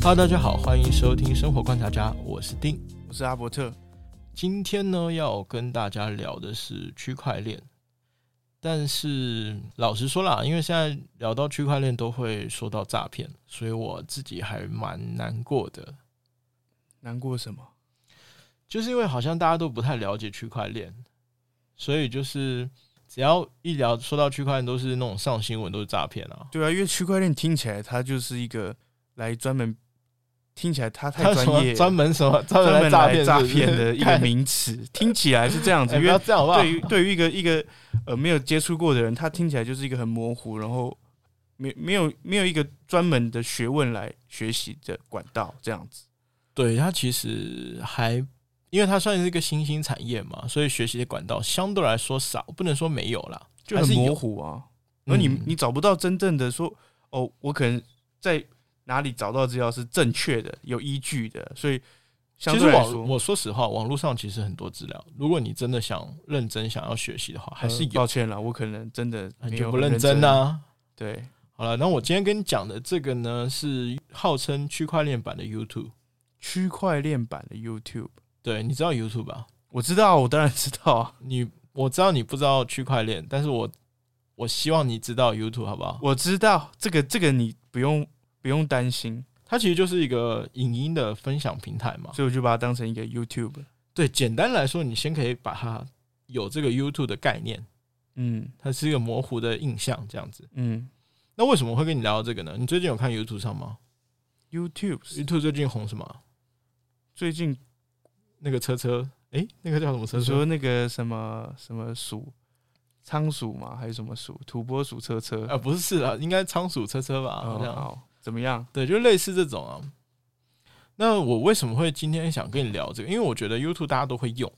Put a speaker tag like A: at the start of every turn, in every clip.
A: Hello，大家好，欢迎收听生活观察家，我是丁。
B: 我是阿伯特。
A: 今天呢，要跟大家聊的是区块链。但是老实说啦，因为现在聊到区块链都会说到诈骗，所以我自己还蛮难过的。
B: 难过什么？
A: 就是因为好像大家都不太了解区块链，所以就是只要一聊说到区块链，都是那种上新闻都是诈骗啊。
B: 对啊，因为区块链听起来它就是一个来专门，听起来它太
A: 他什
B: 专
A: 么
B: 业，
A: 专门什么专门来
B: 专门
A: 诈骗
B: 来
A: 是
B: 诈
A: 不是
B: 骗的一 个
A: 看
B: 名词，听起来是这样 子。
A: 哎
B: 因
A: 不要
B: 为
A: 这样好不好？
B: 对于对于一个一个呃没有接触过的人，他听起来就是一个很模糊，然后没没有没有一个专门的学问来学习的管道这样子。
A: 对它其实还，因为它算是一个新兴产业嘛，所以学习的管道相对来说少，不能说没有啦，
B: 就
A: 还
B: 很
A: 是
B: 模
A: 有
B: 糊啊。而你
A: 嗯
B: 你找不到真正的说，哦，我可能在哪里找到资料是正确的、有依据的，所以相
A: 其实
B: 对来
A: 网
B: 说，
A: 我说实话，网络上其实很多资料，如果你真的想认真想要学习的话，还是
B: 呃
A: 有，
B: 抱歉了，我可能真的
A: 你
B: 没
A: 就
B: 有
A: 不认
B: 很真
A: 真啊。
B: 对，
A: 好了，那我今天跟你讲的这个呢，是号称区块链版的 YouTube。
B: 区块链版的 YouTube，
A: 对，你知道 YouTube 吧？
B: 我知道，我当然知道 啊，
A: 你我知道你不知道区块链，但是我我希望你知道 YouTube 好不好？
B: 我知道这个这个你不用不用担心，
A: 它其实就是一个影音的分享平台嘛。
B: 所以我就把它当成一个 YouTube，
A: 对，简单来说，你先可以把它有这个 YouTube 的概念，
B: 嗯
A: 它是一个模糊的印象这样子。
B: 嗯
A: 那为什么会跟你聊到这个呢？你最近有看 YouTube 上吗
B: ，YouTube
A: ？YouTube 最近红什么？
B: 最近
A: 那个车车，诶，那个叫什么车
B: 你
A: 车
B: 说？那个什么什么鼠，仓鼠吗？还是什么鼠？土拨鼠车车？
A: 啊，不是啦，应该仓鼠车车吧？
B: 哦
A: 好像、
B: 好怎么样？
A: 对，就类似这种啊。那我为什么会今天想跟你聊这个？因为我觉得 YouTube 大家都会用，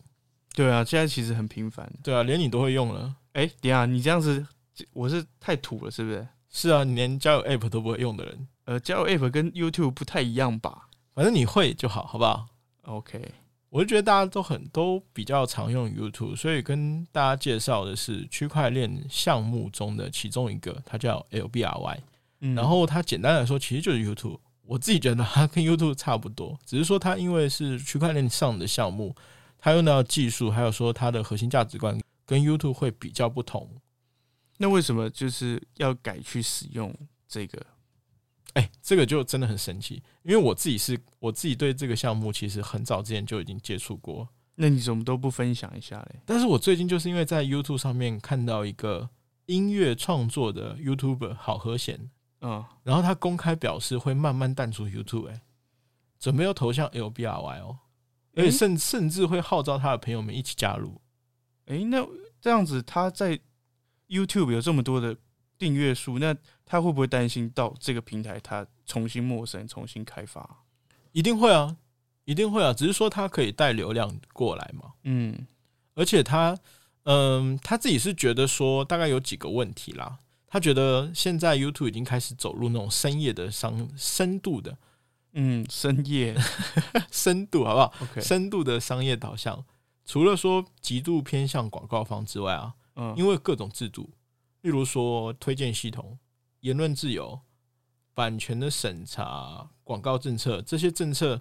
B: 对啊，现在其实很频繁。
A: 对啊，连你都会用了。
B: 哎、等一下你这样子，我是太土了，是不是？
A: 是啊，你连交友 App 都不会用的人，
B: 呃，交友 App 跟 YouTube 不太一样吧
A: 反正你会就好，好不好？
B: ？OK，
A: 我就觉得大家都很都比较常用 YouTube，所以跟大家介绍的是区块链项目中的其中一个，它叫 LBRY。
B: 嗯
A: 然后它简单来说，其实就是 YouTube。我自己觉得它跟 YouTube 差不多，只是说它因为是区块链上的项目，它用到技术，还有说它的核心价值观跟 YouTube 会比较不同。
B: 那为什么就是要改去使用这个？
A: 哎、这个就真的很神奇，因为我自己是我自己对这个项目其实很早之前就已经接触过，
B: 那你怎么都不分享一下嘞？
A: 但是我最近就是因为在 YouTube 上面看到一个音乐创作的 YouTuber 好和弦，
B: 嗯，
A: 然后他公开表示会慢慢淡出 YouTube，哎、准备要投向 LBRY 哦，而且
B: 诶
A: 甚甚至会号召他的朋友们一起加入。
B: 哎、那这样子他在 YouTube 有这么多的订阅数，那他会不会担心到这个平台他重新陌生、重新开发？
A: 一定会啊，一定会啊，只是说他可以带流量过来嘛，
B: 嗯，
A: 而且他，嗯，他自己是觉得说大概有几个问题啦。他觉得现在 YouTube 已经开始走入那种深夜的商深度的
B: 嗯，深夜
A: 深度，好不好？
B: ，OK，
A: 深度的商业导向，除了说极度偏向广告方之外啊，
B: 嗯，
A: 因为各种制度，例如说推荐系统、言论自由、版权的审查、广告政策这些政策，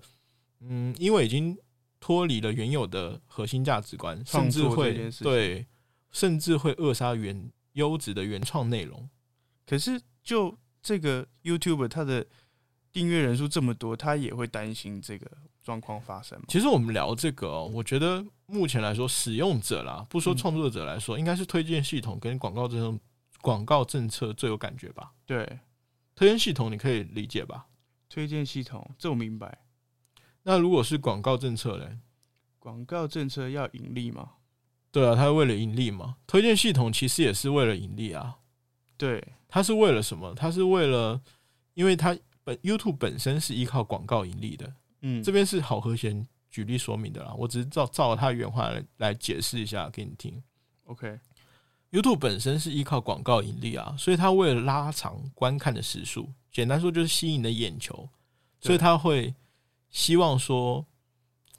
A: 嗯，因为已经脱离了原有的核心价值观，甚
B: 创
A: 至
B: 作
A: 会
B: 这件事情
A: 对，甚至会扼杀原优质的原创内容。
B: 可是就这个 YouTube 它的订阅人数这么多，他也会担心这个状况发生吗？
A: 其实我们聊这个、哦，我觉得目前来说，使用者啦，不说
B: 嗯
A: 创作者来说，应该是推荐系统跟广告政策广告政策最有感觉吧。
B: 对，
A: 推荐系统你可以理解吧？
B: 推荐系统这我明白，
A: 那如果是广告政策嘞？
B: 广告政策要盈利嘛？
A: 对啊，它为了盈利嘛。推荐系统其实也是为了盈利啊。
B: 对，
A: 它是为了什么？它是为了，因为它本 YouTube 本身是依靠广告盈利的。
B: 嗯，
A: 这
B: 这
A: 边是好和弦举例说明的啦，我只是照照它原话来来解释一下给你听。
B: OK，
A: YouTube 本身是依靠广告盈利啊，所以它为了拉长观看的时数，简单说就是吸引你的眼球，
B: 对
A: 所以它会希望说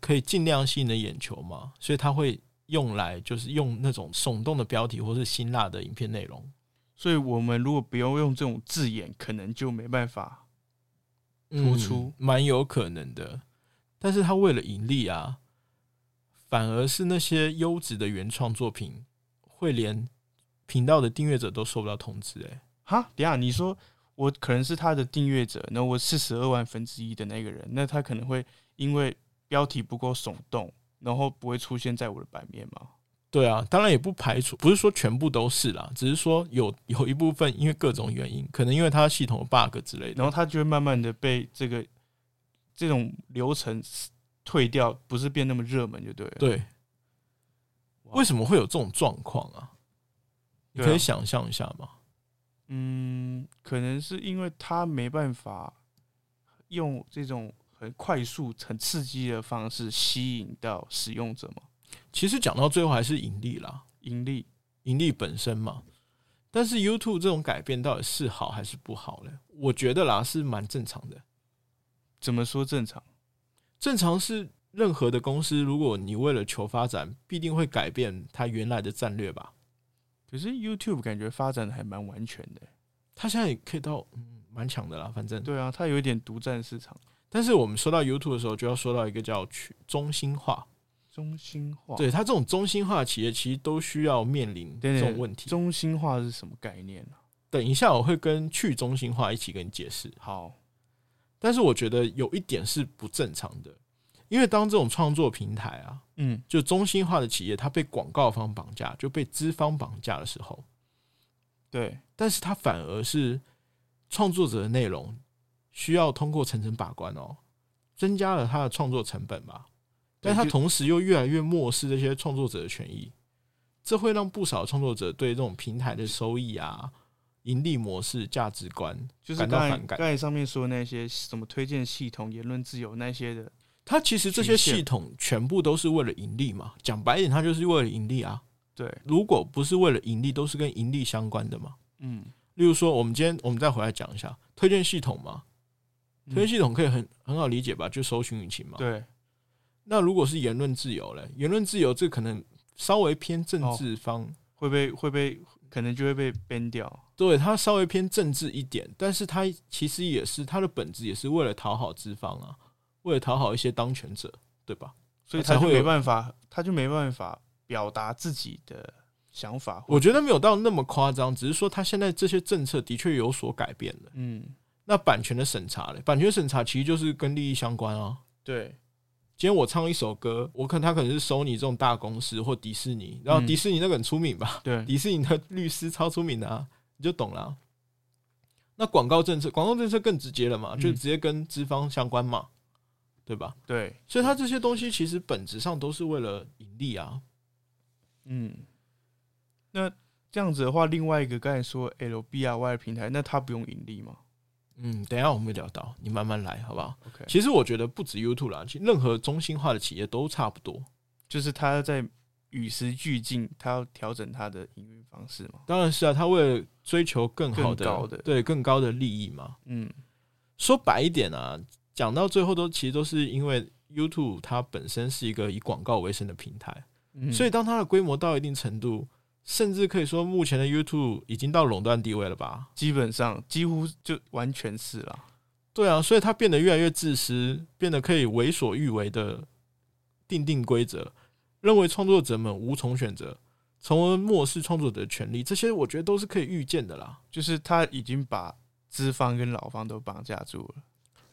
A: 可以尽量吸引你的眼球嘛，所以它会用来就是用那种耸动的标题或是辛辣的影片内容。
B: 所以我们如果不要用这种字眼，可能就没办法突出
A: 嗯蛮、有可能的。但是他为了盈利啊，反而是那些优质的原创作品会连频道的订阅者都收不到通知、欸，
B: 哈，等一下你说我可能是他的订阅者，那我四十二万分之一的那个人，那他可能会因为标题不够耸动，然后不会出现在我的版面吗？
A: 对啊，当然也不排除，不是说全部都是啦，只是说有有一部分因为各种原因，可能因为它系统有 bug 之类的。
B: 然后他就会慢慢的被这个这种流程退掉，不是变那么热门就对了。啊
A: 对，
B: 哇，
A: 为什么会有这种状况啊？你
B: 对啊
A: 可以想象一下吗？
B: 嗯，可能是因为他没办法用这种很快速、很刺激的方式吸引到使用者嘛，
A: 其实讲到最后还是盈利啦，
B: 盈利。
A: 盈利本身嘛。但是 YouTube 这种改变到底是好还是不好呢？我觉得啦是蛮正常的，
B: 怎么说正常？
A: 正常是任何的公司，如果你为了求发展，必定会改变它原来的战略吧。
B: 可是 YouTube 感觉发展的还蛮完全的、欸
A: 它现在也可以到嗯蛮强的啦，反正。
B: 对啊，它有一点独占市场，
A: 但是我们说到 YouTube 的时候，就要说到一个叫去中心化。
B: 中心化。
A: 对，它这种中心化企业，其实都需要面临
B: 等
A: 这
B: 等，
A: 种问题。
B: 中心化是什么概念啊呢、
A: 等一下，我会跟去中心化一起跟你解释。
B: 好，
A: 但是我觉得有一点是不正常的，因为当这种创作平台啊，
B: 嗯，
A: 就中心化的企业，它被广告方绑架，就被资方绑架的时候，
B: 对，
A: 但是它反而是创作者的内容需要通过层层把关哦，增加了它的创作成本嘛。但它
B: 就
A: 同时又越来越漠视这些创作者的权益，这会让不少创作者对这种平台的收益啊、盈利模式、价值观，
B: 就是
A: 感
B: 刚
A: 到
B: 才
A: 反
B: 刚
A: 感
B: 才上面说那些什么推荐系统、言论自由那些的，
A: 它其实这些
B: 局限
A: 系统全部都是为了盈利嘛。讲白一点，它就是为了盈利啊。
B: 对，
A: 如果不是为了盈利，都是跟盈利相关的嘛。
B: 嗯，
A: 例如说，我们今天我们再回来讲一下推荐系统嘛，
B: 嗯
A: 推荐系统可以很很好理解吧，就搜寻引擎嘛。
B: 对，
A: 那如果是言论自由嘞，言论自由这可能稍微偏政治方，
B: 会被会被可能就会被 ban 掉，
A: 对它稍微偏政治一点，但是它其实也是它的本质也是为了讨好资方啊，为了讨好一些当权者，对吧？
B: 所以
A: 他
B: 他
A: 才
B: 就
A: 会有
B: 没办法，他就没办法表达自己的想法。
A: 我
B: 或
A: 觉得没有到那么夸张，只是说它现在这些政策的确有所改变了。
B: 嗯，
A: 那版权的审查嘞，版权审查其实就是跟利益相关啊。
B: 对，
A: 今天我唱一首歌，我看他可能是收你这种大公司或迪士尼，然后
B: 嗯
A: 迪士尼那个很出名吧，
B: 对，
A: 迪士尼的律师超出名的啊，你就懂了啊。那广告政策，广告政策更直接了嘛，
B: 嗯
A: 就直接跟资方相关嘛，对吧？
B: 对，
A: 所以它这些东西其实本质上都是为了盈利啊。
B: 嗯，那这样子的话，另外一个刚才说 LBRY 的平台，那它不用盈利吗
A: 嗯，等一下我们会聊到，你慢慢来，好不好？
B: ？OK，
A: 其实我觉得不止 YouTube 啦，其实任何中心化的企业都差不多。
B: 就是它在与时俱进，它要调整它的营运方式嘛。
A: 当然是啊，他为了追求更好的、
B: 更高的
A: 对更高的利益嘛。
B: 嗯，
A: 说白一点啊，讲到最后都其实都是因为 YouTube 它本身是一个以广告为生的平台，
B: 嗯
A: 所以当它的规模到一定程度，甚至可以说目前的 YouTube 已经到垄断地位了吧？
B: 基本上几乎就完全是啦。
A: 对啊，所以它变得越来越自私，变得可以为所欲为的定定规则，认为创作者们无从选择，从而漠视创作者的权利，这些我觉得都是可以预见的啦。
B: 就是他已经把资方跟老方都绑架住了。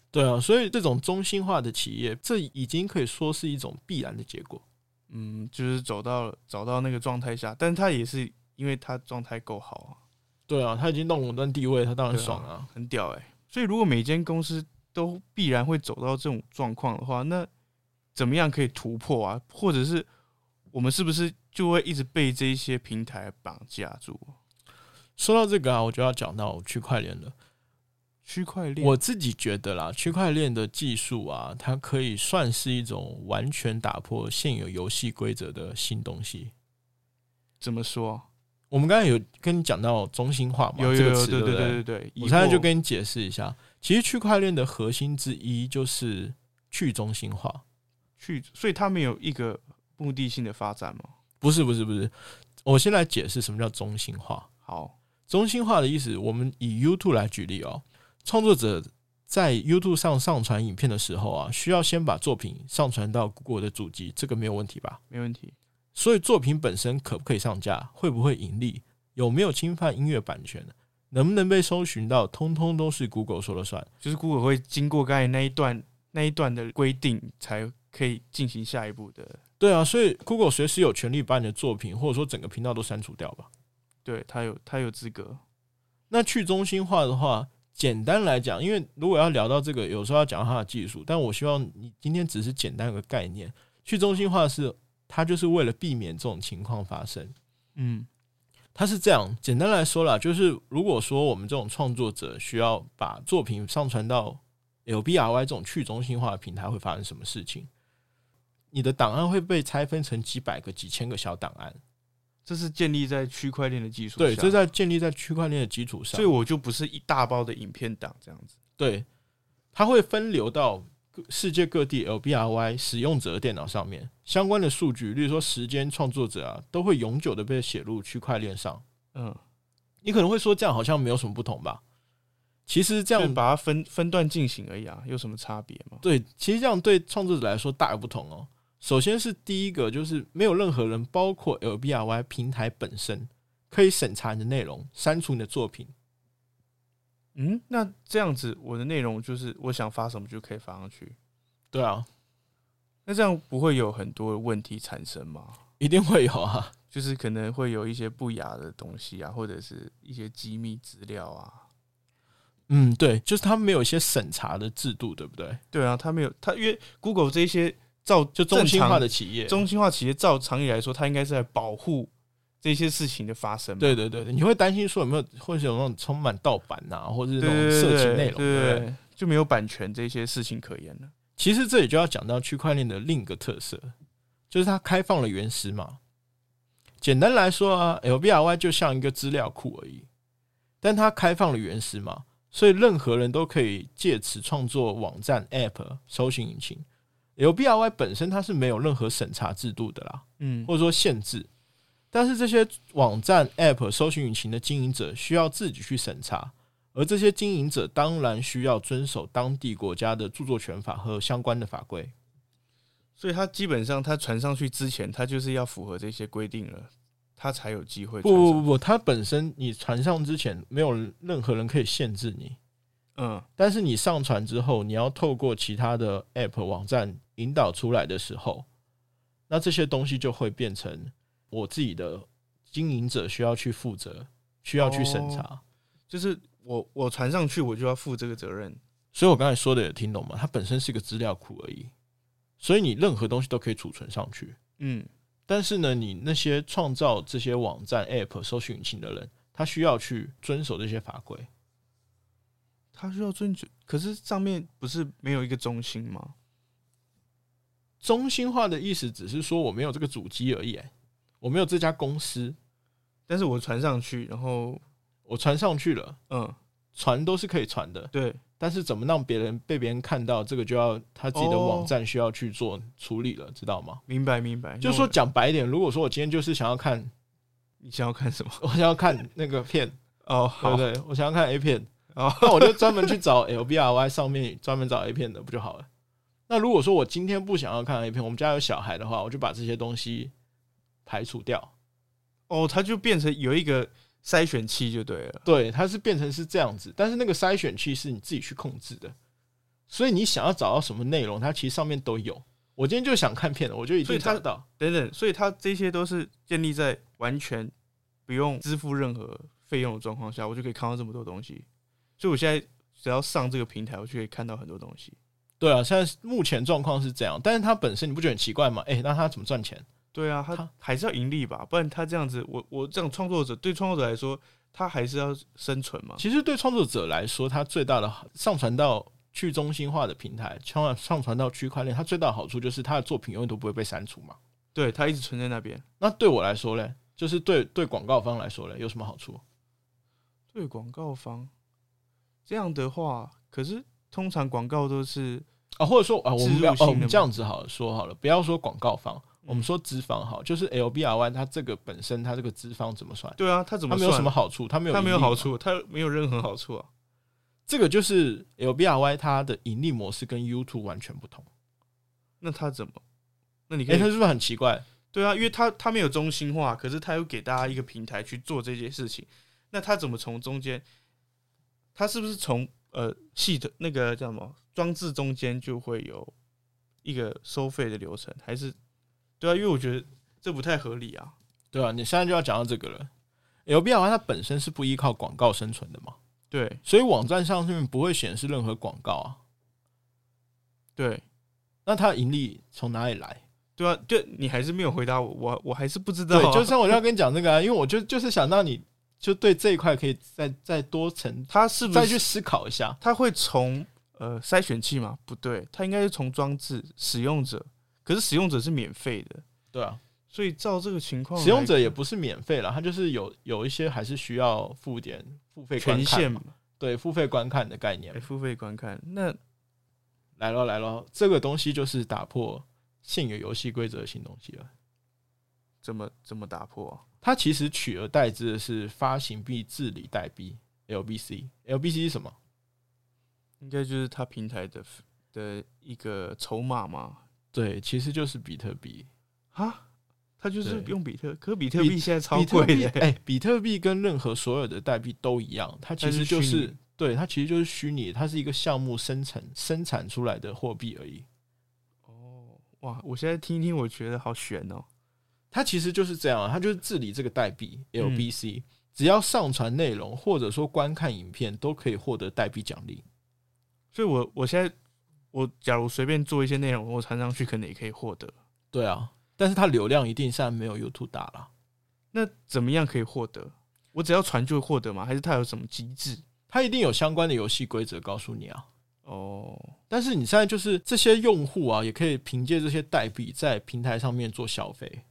A: 对啊，所以这种中心化的企业，这已经可以说是一种必然的结果。
B: 嗯，就是走到了找到那个状态下，但他也是因为他状态够好啊，
A: 对啊，他已经到垄断地位，他当然爽啊。
B: 很屌哎、所以如果每间公司都必然会走到这种状况的话，那怎么样可以突破啊？或者是我们是不是就会一直被这一些平台绑架住？
A: 说到这个啊，我就要讲到区块链了。
B: 区块链，
A: 我自己觉得啦，区块链的技术啊，它可以算是一种完全打破现有游戏规则的新东西。
B: 怎么说？
A: 我们刚才有跟你讲到中心化嘛，
B: 有
A: 这
B: 有
A: 个
B: 有，
A: 词
B: 对
A: 不
B: 对对对对，以
A: 我现在
B: 后
A: 就跟你解释一下，其实区块链的核心之一就是去中心化。
B: 去，所以他们有一个目的性的发展嘛。
A: 不是不是不是，我先来解释什么叫中心化。
B: 好，
A: 中心化的意思，我们以 YouTube 来举例哦。创作者在 YouTube 上上传影片的时候啊，需要先把作品上传到 Google 的主机，这个没有问题吧？
B: 没问题。
A: 所以作品本身可不可以上架，会不会盈利，有没有侵犯音乐版权，能不能被搜寻到，通通都是 Google 说了算。
B: 就是 Google 会经过刚才那一段那一段的规定，才可以进行下一步的。
A: 对啊，所以 Google 随时有权利把你的作品或者说整个频道都删除掉吧。
B: 对他有他有资格，
A: 那去中心化的话，简单来讲，因为如果要聊到这个，有时候要讲到它的技术，但我希望你今天只是简单有个概念。去中心化是它就是为了避免这种情况发生。
B: 嗯，
A: 它是这样，简单来说啦，就是如果说我们这种创作者需要把作品上传到 LBRY 这种去中心化的平台，会发生什么事情？你的档案会被拆分成几百个、几千个小档案，
B: 这是建立在区块链的基础
A: 对，
B: 下
A: 这在建立在区块链的基础上，
B: 所以我就不是一大包的影片档这样子。
A: 对，它会分流到各世界各地 LBRY 使用者的电脑上面，相关的数据，例如说时间、创作者啊，都会永久的被写入区块链上。
B: 嗯，
A: 你可能会说这样好像没有什么不同吧？其实这
B: 这
A: 样
B: 把它分分段进行而已啊，有什么差别吗？
A: 对，其实这样对创作者来说大有不同哦。首先是第一个，就是没有任何人，包括 LBRY 平台本身，可以审查你的内容，删除你的作品。
B: 嗯，那这样子我的内容就是我想发什么就可以发上去，
A: 对啊，
B: 那这样不会有很多的问题产生吗？
A: 一定会有啊。
B: 就是可能会有一些不雅的东西啊，或者是一些机密资料啊。
A: 嗯，对，就是他们没有一些审查的制度，对不对？
B: 对啊，他没有他，因为 Google 这些照
A: 就中心
B: 正常
A: 化的企业，嗯
B: 中心化企业照常理来说，它应该是来保护这些事情的发生嘛。
A: 对对对，对你会担心说有没有，或者有那种充满盗版呐、或者是那
B: 对
A: 种
B: 对
A: 色
B: 对
A: 情
B: 对
A: 内容，对不
B: 对
A: 对？
B: 对，就没有版权这些事情可言了。
A: 其实这里就要讲到区块链的另一个特色，就是它开放了原始码。简单来说啊，LBRY 就像一个资料库而已，但它开放了原始码，所以任何人都可以借此创作网站、App、搜寻引擎。LBRY 本身它是没有任何审查制度的啦，
B: 嗯
A: 或，者说限制。但是这些网站、App、搜寻引擎的经营者需要自己去审查，而这些经营者当然需要遵守当地国家的著作权法和相关的法规。
B: 所以它基本上它传上去之前，它就是要符合这些规定了，它才有机会
A: 不
B: 传上。
A: 不不不，它本身你传上之前没有任何人可以限制你，
B: 嗯，
A: 但是你上传之后，你要透过其他的 App 网站引导出来的时候，那这些东西就会变成我自己的经营者需要去负责，需要去审查。
B: 就是我我传上去，我就要负这个责任。
A: 所以我刚才说的也听懂吗？它本身是一个资料库而已，所以你任何东西都可以储存上去。
B: 嗯，
A: 但是呢，你那些创造这些网站、App、搜寻引擎的人，他需要去遵守这些法规。
B: 它需要遵循，可是上面不是没有一个中心吗？
A: 中心化的意思只是说我没有这个主机而已、欸我没有这家公司，
B: 但是我传上去，然后
A: 我传上去了，
B: 嗯，
A: 传都是可以传的，
B: 对，
A: 但是怎么让别人被别人看到，这个就要他自己的
B: 哦
A: 网站需要去做处理了，知道吗？
B: 明白明白。
A: 就
B: 那
A: 说
B: 我
A: 讲白一点，如果说我今天就是想要看，
B: 你想要看什么？
A: 我想要看那个片，
B: 哦，
A: 对
B: 好
A: 不，对？我想要看 A 片，
B: 哦
A: 那我就专门去找 LBRY 上面专门找 A 片的不就好了？那如果说我今天不想要看 A 片，我们家有小孩的话，我就把这些东西排除掉。
B: 哦，它就变成有一个筛选器就对了。
A: 对，它是变成是这样子，但是那个筛选器是你自己去控制的，所以你想要找到什么内容，它其实上面都有。我今天就想看片了，我就已
B: 所
A: 经
B: 以它
A: 找得到。
B: 等等，所以它这些都是建立在完全不用支付任何费用的状况下，我就可以看到这么多东西。所以我现在只要上这个平台，我就可以看到很多东西。
A: 对啊，现在目前状况是这样，但是它本身你不觉得很奇怪吗？诶，那它怎么赚钱？
B: 对啊，
A: 它
B: 他还是要盈利吧，不然他这样子，我我这种创作者对创作者来说，他还是要生存嘛。
A: 其实对创作者来说，它最大的好上传到去中心化的平台，上上传到区块链，它最大的好处就是他的作品永远都不会被删除嘛。
B: 对他一直存在那边。
A: 那对我来说嘞，就是对对广告方来说嘞，有什么好处？
B: 对广告方，这样的话，可是通常广告都是
A: 啊，或者说啊，我们不要
B: 植入性
A: 哦，
B: 的
A: 我们
B: 吗
A: 这样子好了，说好了，不要说广告方，我们说资方好，就是 LBRY 它这个本身它这个资方怎么算？
B: 对啊，他怎
A: 它
B: 么
A: 没有
B: 算
A: 什么好处，它没有
B: 他没有
A: 盈利嘛
B: 好，处，他没有任何好处啊。
A: 这个就是 LBRY 它的盈利模式跟 YouTube 完全不同。
B: 那他怎么？那你可
A: 哎、
B: 以、
A: 它是不是很奇怪？
B: 对啊，因为他他没有中心化，可是他又给大家一个平台去做这件事情，那他怎么从中间？他是不是从呃系统那个叫什么装置中间就会有一个收费的流程？还是对啊？因为我觉得这不太合理啊。
A: 对啊，你现在就要讲到这个了。LBRY 它本身是不依靠广告生存的嘛，
B: 对
A: 所以网站上面不会显示任何广告啊。
B: 对
A: 那它的盈利从哪里来？
B: 对啊！就你还是没有回答我，我我还是不知道、
A: 对，
B: 啊。
A: 就是我就要跟你讲这个啊，因为我就就是想到你就对这一块可以再再多层
B: 他是不
A: 再
B: 是
A: 去思考一下。
B: 它会从呃筛选器嘛？不对，它应该是从装置使用者，可是使用者是免费的，
A: 对啊，
B: 所以照这个情况来看，
A: 使用者也不是免费啦，它就是有有一些还是需要付点付费观
B: 权
A: 看
B: 限
A: 嘛，
B: 嘛，
A: 对，付费观看的概念
B: 哎，。付费观看。那
A: 来咯来咯，这个东西就是打破现有游戏规则的新东西了。
B: 怎么怎么打破、啊？
A: 它其实取而代之的是发行币治理代币 （LBC）。LBC 是什么？
B: 应该就是它平台的的一个筹码嘛？
A: 对，其实就是比特币。
B: 啊，它就是
A: 对
B: 用比特，可是比特
A: 比
B: 币现在超
A: 比特
B: 贵
A: 币
B: 的、
A: 哎、比特币跟任何所有的代币都一样，它其
B: 它
A: 实
B: 是
A: 就
B: 虚
A: 是
B: 拟
A: 对它其实就是虚拟，它是一个项目生成生产出来的货币而已。
B: 哦，哇！我现在听一听，我觉得好悬哦。
A: 它其实就是这样啊，它就是治理这个代币
B: 嗯
A: LBC，、只要上传内容或者说观看影片，都可以获得代币奖励。
B: 所以我我现在我假如随便做一些内容，我传上去，可能也可以获得。
A: 对啊，但是它流量一定现在没有 YouTube 大了。
B: 那怎么样可以获得？我只要传就会获得吗？还是它有什么机制？
A: 它一定有相关的游戏规则告诉你啊。
B: 哦，
A: 但是你现在就是这些用户啊，也可以凭借这些代币在平台上面做消费，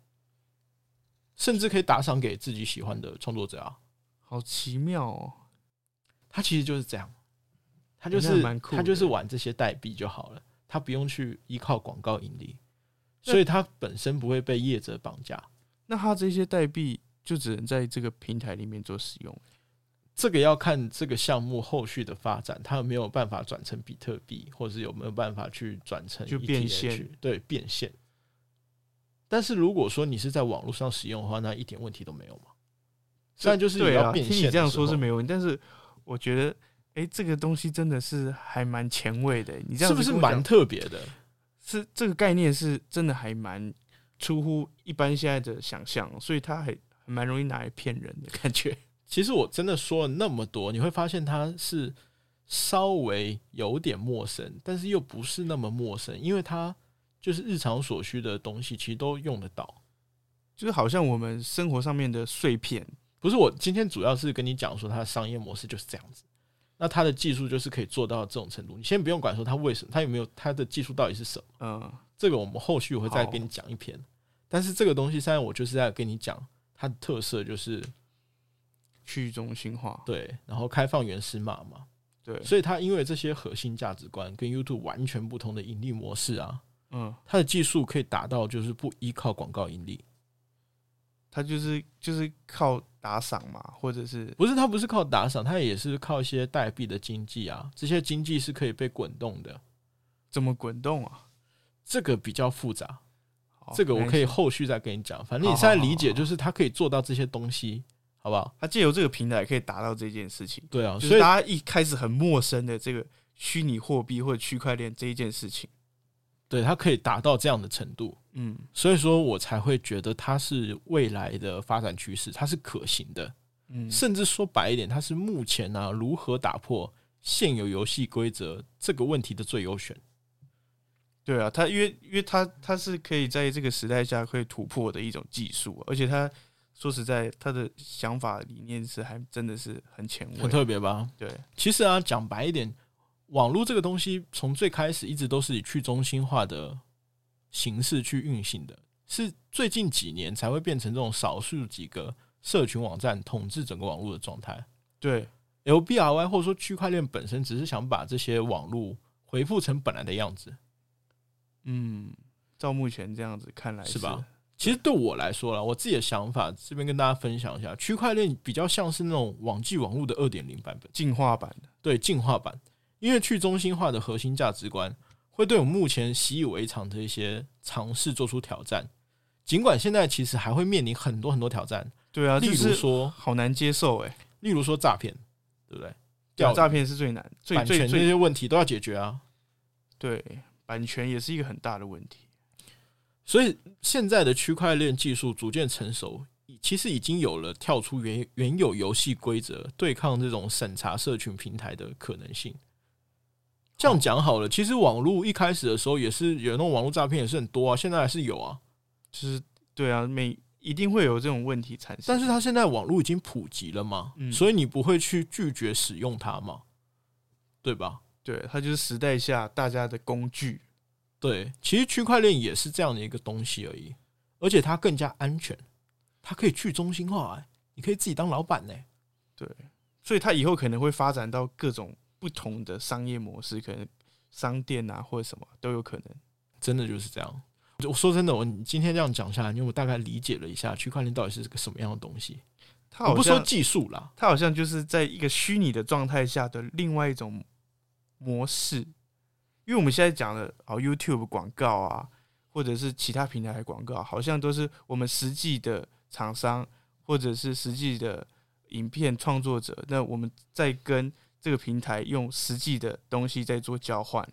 A: 甚至可以打赏给自己喜欢的创作者啊。
B: 好奇妙哦！
A: 它其实就是这样，它就
B: 那
A: 是
B: 蛮酷的
A: 它就是玩这些代币就好了，它不用去依靠广告盈利，所以它本身不会被业者绑架。
B: 那它这些代币就只能在这个平台里面做使用。欸
A: 这个要看这个项目后续的发展，它有没有办法转成比特币，或者是有没有办法去转成
B: 就变
A: ETH
B: 现，
A: 对变现。但是如果说你是在网络上使用的话，那一点问题都没有嘛。虽然就是也
B: 对
A: 要
B: 啊，
A: 变
B: 听
A: 现，
B: 你这样说是
A: 没，
B: 没问题，但是我觉得，哎、这个东西真的是还蛮前卫的。欸你这样
A: 是不
B: 子
A: 是
B: 跟我讲
A: 蛮特别的？
B: 是这个概念是真的还蛮出乎一般现在的想象，哦所以它还还蛮容易拿来骗人的感觉。
A: 其实我真的说了那么多，你会发现它是稍微有点陌生，但是又不是那么陌生，因为它就是日常所需的东西，其实都用得到。
B: 就是好像我们生活上面的碎片，
A: 不是我今天主要是跟你讲说它的商业模式就是这样子，那它的技术就是可以做到这种程度。你先不用管说它为什么，它有没有它的技术到底是什么，
B: 嗯、
A: 这个我们后续我会再
B: 好
A: 跟你讲一篇。但是这个东西现在我就是在跟你讲它的特色，就是
B: 去中心化。
A: 对，然后开放原始码嘛，
B: 对，
A: 所以它因为这些核心价值观跟 YouTube 完全不同的盈利模式啊，
B: 嗯，
A: 它的技术可以达到就是不依靠广告盈利，
B: 他就是就是靠打赏嘛，或者是
A: 不是它不是靠打赏，它也是靠一些代币的经济啊，这些经济是可以被滚动的。
B: 怎么滚动啊？
A: 这个比较复杂，
B: 好
A: 这个我可以
B: 哦没关系
A: 后续再跟你讲。反正你
B: 好
A: 现在
B: 好好
A: 理解
B: 好
A: 就是它可以做到这些东西，好不好？
B: 他借由这个平台可以达到这件事情，
A: 对啊，
B: 就
A: 所
B: 是
A: 以
B: 大家一开始很陌生的这个虚拟货币或者区块链这一件事情。
A: 对它可以达到这样的程度，
B: 嗯，
A: 所以说我才会觉得它是未来的发展趋势，它是可行的。
B: 嗯，
A: 甚至说白一点，它是目前呢、如何打破现有游戏规则这个问题的最优选。
B: 对啊，它因为因为它它是可以在这个时代下可以突破的一种技术，而且它说实在，它的想法理念是还真的是很前
A: 很
B: 卫，
A: 特别吧？
B: 对，
A: 其实啊，讲白一点，网络这个东西从最开始一直都是以去中心化的形式去运行的，是最近几年才会变成这种少数几个社群网站统治整个网络的状态。
B: 对
A: LBRY 或者说区块链本身只是想把这些网络恢复成本来的样子。
B: 嗯，照目前这样子看来
A: 是吧？其实对我来说啦，我自己的想法这边跟大家分享一下，区块链比较像是那种网际网络的二点零版本。
B: 进化版的，
A: 对进化版，因为去中心化的核心价值观会对我们目前习以为常的一些尝试做出挑战。尽管现在其实还会面临很多很多挑战，
B: 对啊，
A: 例
B: 就
A: 如
B: 是
A: 说，
B: 好难接受哎、
A: 例如说诈骗，对不对？
B: 欸，
A: 钓
B: 诈骗是最难，最
A: 版
B: 最
A: 权这
B: 最
A: 些问题都要解决啊。
B: 对，版权也是一个很大的问题。
A: 所以现在的区块链技术逐渐成熟，已其实已经有了跳出原原有游戏规则，对抗这种审查社群平台的可能性。这样讲好了，其实网络一开始的时候也是有那种网络诈骗也是很多啊，现在还是有啊。
B: 就是对啊，每一定会有这种问题产生。
A: 但是它现在网络已经普及了嘛，
B: 嗯
A: 所以你不会去拒绝使用它嘛，对吧？
B: 对，它就是时代下大家的工具。
A: 对，其实区块链也是这样的一个东西而已，而且它更加安全，它可以去中心化、欸，你可以自己当老板呢、
B: 所以它以后可能会发展到各种不同的商业模式，可能商店啊或者什么都有可能。
A: 真的就是这样。我说真的，我你今天这样讲下来，因为我大概理解了一下区块链到底是个什么样的东西。
B: 它
A: 我
B: 好
A: 不说
B: 像
A: 技术啦，
B: 它好像就是在一个虚拟的状态下的另外一种模式，因为我们现在讲的哦 YouTube 广告啊，或者是其他平台的广告，好像都是我们实际的厂商或者是实际的影片创作者，那我们在跟这个平台用实际的东西在做交换。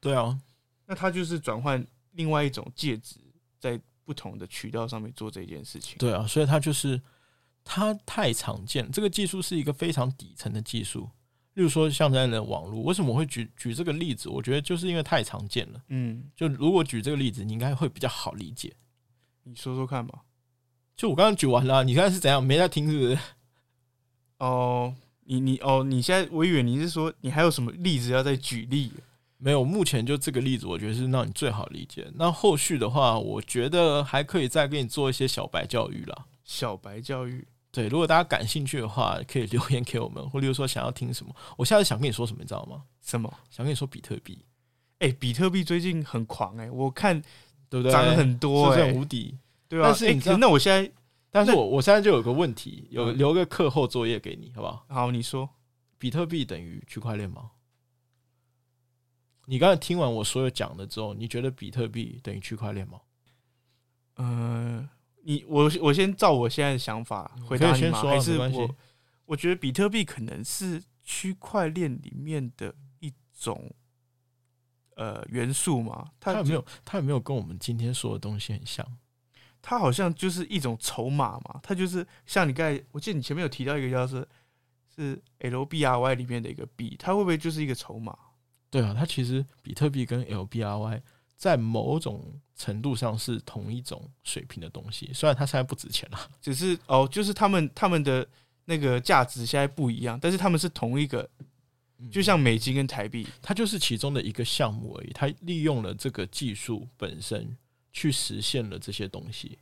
A: 对啊，
B: 那它就是转换另外一种介质，在不同的渠道上面做这件事情。
A: 对啊，所以它就是它太常见，这个技术是一个非常底层的技术。例如说，像在的网络，为什么我会举举这个例子？我觉得就是因为太常见了。
B: 嗯，
A: 就如果举这个例子，你应该会比较好理解。
B: 你说说看吧。
A: 就我刚刚举完了啊、你刚才是怎样没在听是不是？
B: 哦，你你哦，你现在我以为你是说你还有什么例子要再举例？
A: 没有，目前就这个例子，我觉得是让你最好理解。那后续的话，我觉得还可以再给你做一些小白教育啦。
B: 小白教育
A: 对，如果大家感兴趣的话，可以留言给我们，或例如说想要听什么，我下次想跟你说什么，你知道吗？
B: 什么？
A: 想跟你说比特币，
B: 哎、比特币最近很狂哎、我看
A: 对不对？
B: 涨很多
A: 是不
B: 哎、
A: 是很无敌？
B: 对啊。
A: 但是
B: 哎
A: 你知
B: 可
A: 道
B: 是那我现在
A: 但是我我现在就有个问题，有
B: 嗯
A: 留个课后作业给你，好不好？
B: 好，你说
A: 比特币等于区块链吗？你刚才听完我所有讲的之后，你觉得比特币等于区块链吗？
B: 呃，你我我先照我现在的想法回答
A: 可以
B: 你
A: 先
B: 吗？
A: 说啊
B: 还
A: 没
B: 是
A: 关系
B: 我我觉得比特币可能是区块链里面的一种呃元素嘛，
A: 它有
B: 它
A: 没有，它有没有跟我们今天说的东西很像？
B: 它好像就是一种筹码嘛，它就是像你刚才，我记得你前面有提到一个叫是是 LBRY 里面的一个币，它会不会就是一个筹码？
A: 对啊，它其实比特币跟 LBRY 在某种程度上是同一种水平的东西，虽然它现在不值钱了。
B: 只是哦，就是他们他们的那个价值现在不一样，但是他们是同一
A: 嗯
B: 个，就像美金跟台币。
A: 它就是其中的一个项目而已，它利用了这个技术本身去实现了这些东西，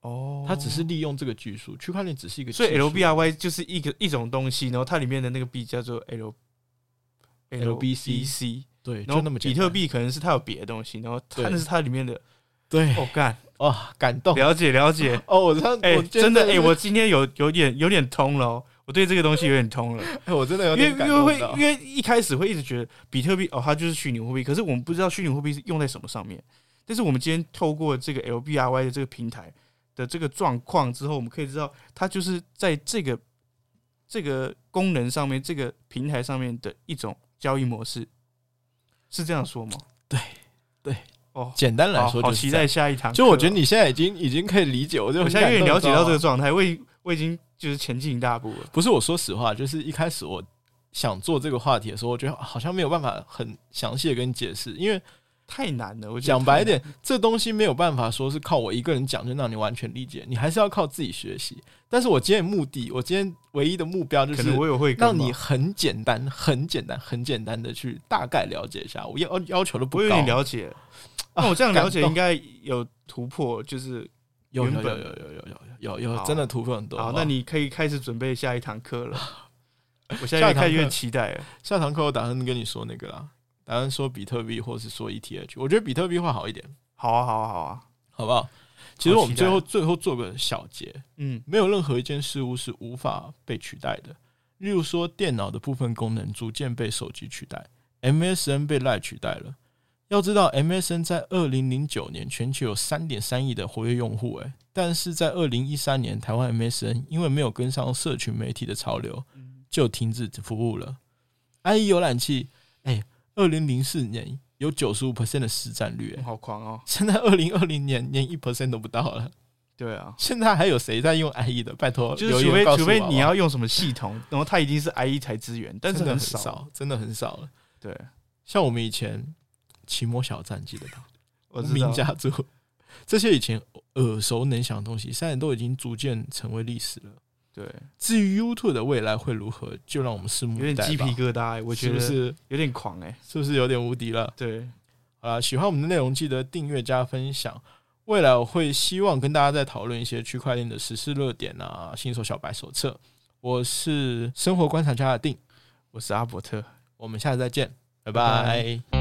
B: 哦
A: 它只是利用这个技术，区块链只是一个技
B: 所
A: 术，
B: 以 LBRY 就是一个一种东西，然后它里面的那个币叫做 L。
A: LBC
B: LBC，
A: 对，
B: 然
A: 就
B: 后
A: 那么简
B: 比
A: 单
B: 特币可能是它有别的东西，然后它
A: 对
B: 那是它里面 的。
A: 对
B: 哦，干，
A: 哦，感动
B: 了解了解。
A: 哦，我知道，
B: 哎、
A: 我
B: 真的哎、
A: 哎、
B: 我今天有有点有点通了、哦，我对这个东西有点通了，
A: 哎 我真的有
B: 因为
A: 点感
B: 因为
A: 动
B: 会
A: 到
B: 因为一开始会一直觉得比特币哦，它就是虚拟货币，可是我们不知道虚拟货币是用在什么上面。但是我们今天透过这个 LBRY 的这个平台的这个状况之后，我们可以知道它就是在这个这个功能上面、这个平台上面的一种交易模式，是这样说吗？
A: 对对，
B: 哦，
A: 简单来
B: 好
A: 说
B: 好
A: 就是
B: 期
A: 这样
B: 待下一堂课哦。
A: 就我觉得你现在已经已经可以理解，我就
B: 我
A: 很
B: 现在有点
A: 感动啊
B: 了解到这
A: 你
B: 个
A: 知道吗
B: 状态，我已我已经就是前进一大步了。
A: 不是我说实话，就是一开始我想做这个话题的时候，我觉得好像没有办法很详细的跟你解释，因为
B: 太难了，我觉得
A: 讲白一
B: 太难
A: 点，这东西没有办法说是靠我一个人讲就让你完全理解，你还是要靠自己学习。但是我今天的目的，我今天唯一的目标就
B: 可
A: 是
B: 能我有会跟
A: 让你
B: 吧，
A: 很简单、很简单、很简单的去大概了解一下。我要要求的不
B: 我有点
A: 高，
B: 了解。
A: 啊
B: 那我这样了解
A: 感动
B: 应该有突破，就是
A: 有有有
B: 原
A: 有
B: 本
A: 有有有有有
B: 好啊
A: 真的突破很多。
B: 好，
A: 不
B: 那你可以开始准备下一堂课 了。我现在
A: 下一
B: 越
A: 堂
B: 看越
A: 课
B: 期待了。
A: 下堂课我打算跟你说那个啦，打算说比特币或是说 ETH，我觉得比特币会好一点，
B: 好啊，好啊，好啊。
A: 好不好？其实我
B: 好
A: 们
B: 期待
A: 最后最后做个小结，
B: 嗯，
A: 没有任何一件事物是无法被取代的。例如说，电脑的部分功能逐渐被手机取代，MSN 被 Line 取代了。要知道，MSN 在二零零九年全球有三点三亿的活跃用户，诶，但是在二零一三年，台湾 MSN 因为没有跟上社群媒体的潮流，就停止服务了。IE 浏览器，哎，二零零四年有九十五 percent 的市占率，诶
B: 好狂哦！
A: 现在二零二零年连一 percent 都不到了。
B: 对啊，
A: 现在还有谁在用 IE 的？拜托，
B: 就是除
A: 哦留言
B: 非
A: 告诉
B: 除
A: 我
B: 非
A: 好不
B: 你
A: 好
B: 要用什么系统，然后它一定是 IE 才支援，但是
A: 真的
B: 少。
A: 少，真的很少了。
B: 对，
A: 像我们以前骑摩小站记得吧？
B: 我知
A: 名
B: 道。
A: 家族 这些以前耳熟能详的东西，现在都已经逐渐成为历史了。
B: 对，
A: 至于 YouTube 的未来会如何，就让我们拭目
B: 有
A: 以
B: 点
A: 待吧。
B: 鸡皮疙瘩、欸，我
A: 是
B: 觉得
A: 不是
B: 有点狂哎、
A: 是不是有点无敌了？
B: 对，
A: 好啦，喜欢我们的内容，记得订阅加分享。未来我会希望跟大家再讨论一些区块链的时事热点啊，新手小白手册。我是生活观察家的定，
B: 我是阿伯特。
A: 我们下次再见，拜
B: 拜
A: 拜